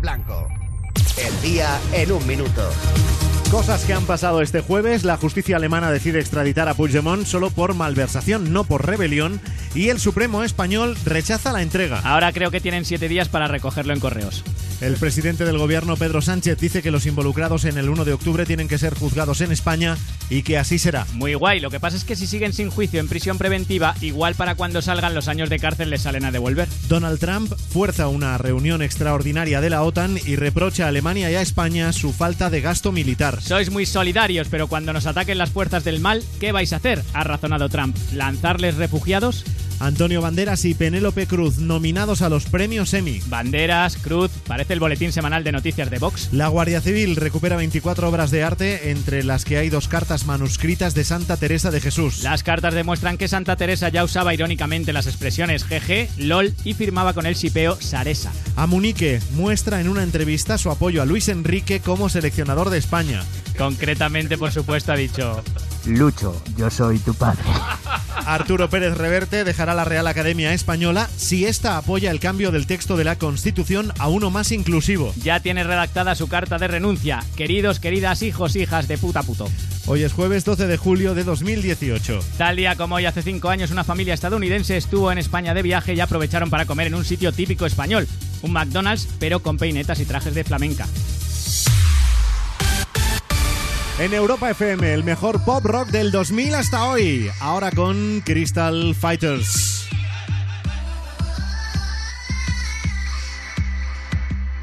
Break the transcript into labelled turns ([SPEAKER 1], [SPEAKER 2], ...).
[SPEAKER 1] Blanco. El día en un minuto.
[SPEAKER 2] Cosas que han pasado este jueves, la justicia alemana decide extraditar a Puigdemont solo por malversación, no por rebelión, y el Supremo español rechaza la entrega.
[SPEAKER 3] Ahora creo que tienen siete días para recogerlo en correos.
[SPEAKER 2] El presidente del gobierno, Pedro Sánchez, dice que los involucrados en el 1 de octubre tienen que ser juzgados en España y que así será.
[SPEAKER 3] Muy guay, lo que pasa es que si siguen sin juicio en prisión preventiva, igual para cuando salgan los años de cárcel les salen a devolver.
[SPEAKER 2] Donald Trump fuerza una reunión extraordinaria de la OTAN y reprocha a Alemania y a España su falta de gasto militar.
[SPEAKER 3] Sois muy solidarios, pero cuando nos ataquen las fuerzas del mal, ¿qué vais a hacer? Ha razonado Trump. ¿Lanzarles refugiados?
[SPEAKER 2] Antonio Banderas y Penélope Cruz nominados a los premios Emmy.
[SPEAKER 3] Banderas, Cruz, parece el boletín semanal de noticias de Vox.
[SPEAKER 2] La Guardia Civil recupera 24 obras de arte, entre las que hay dos cartas manuscritas de Santa Teresa de Jesús.
[SPEAKER 3] Las cartas demuestran que Santa Teresa ya usaba irónicamente las expresiones GG, LOL y firmaba con el sipeo Saresa.
[SPEAKER 2] Amunique muestra en una entrevista su apoyo a Luis Enrique como seleccionador de España.
[SPEAKER 3] Concretamente, por supuesto, ha dicho...
[SPEAKER 4] Lucho, yo soy tu padre.
[SPEAKER 2] Arturo Pérez Reverte dejará la Real Academia Española si ésta apoya el cambio del texto de la Constitución a uno más inclusivo.
[SPEAKER 3] Ya tiene redactada su carta de renuncia. Queridos, queridas, hijos, hijas de puta puto.
[SPEAKER 2] Hoy es jueves 12 de julio de 2018.
[SPEAKER 3] Tal día como hoy, hace cinco años, una familia estadounidense estuvo en España de viaje y aprovecharon para comer en un sitio típico español, un McDonald's, pero con peinetas y trajes de flamenca.
[SPEAKER 2] En Europa FM, el mejor pop rock del 2000 hasta hoy. Ahora con Crystal Fighters.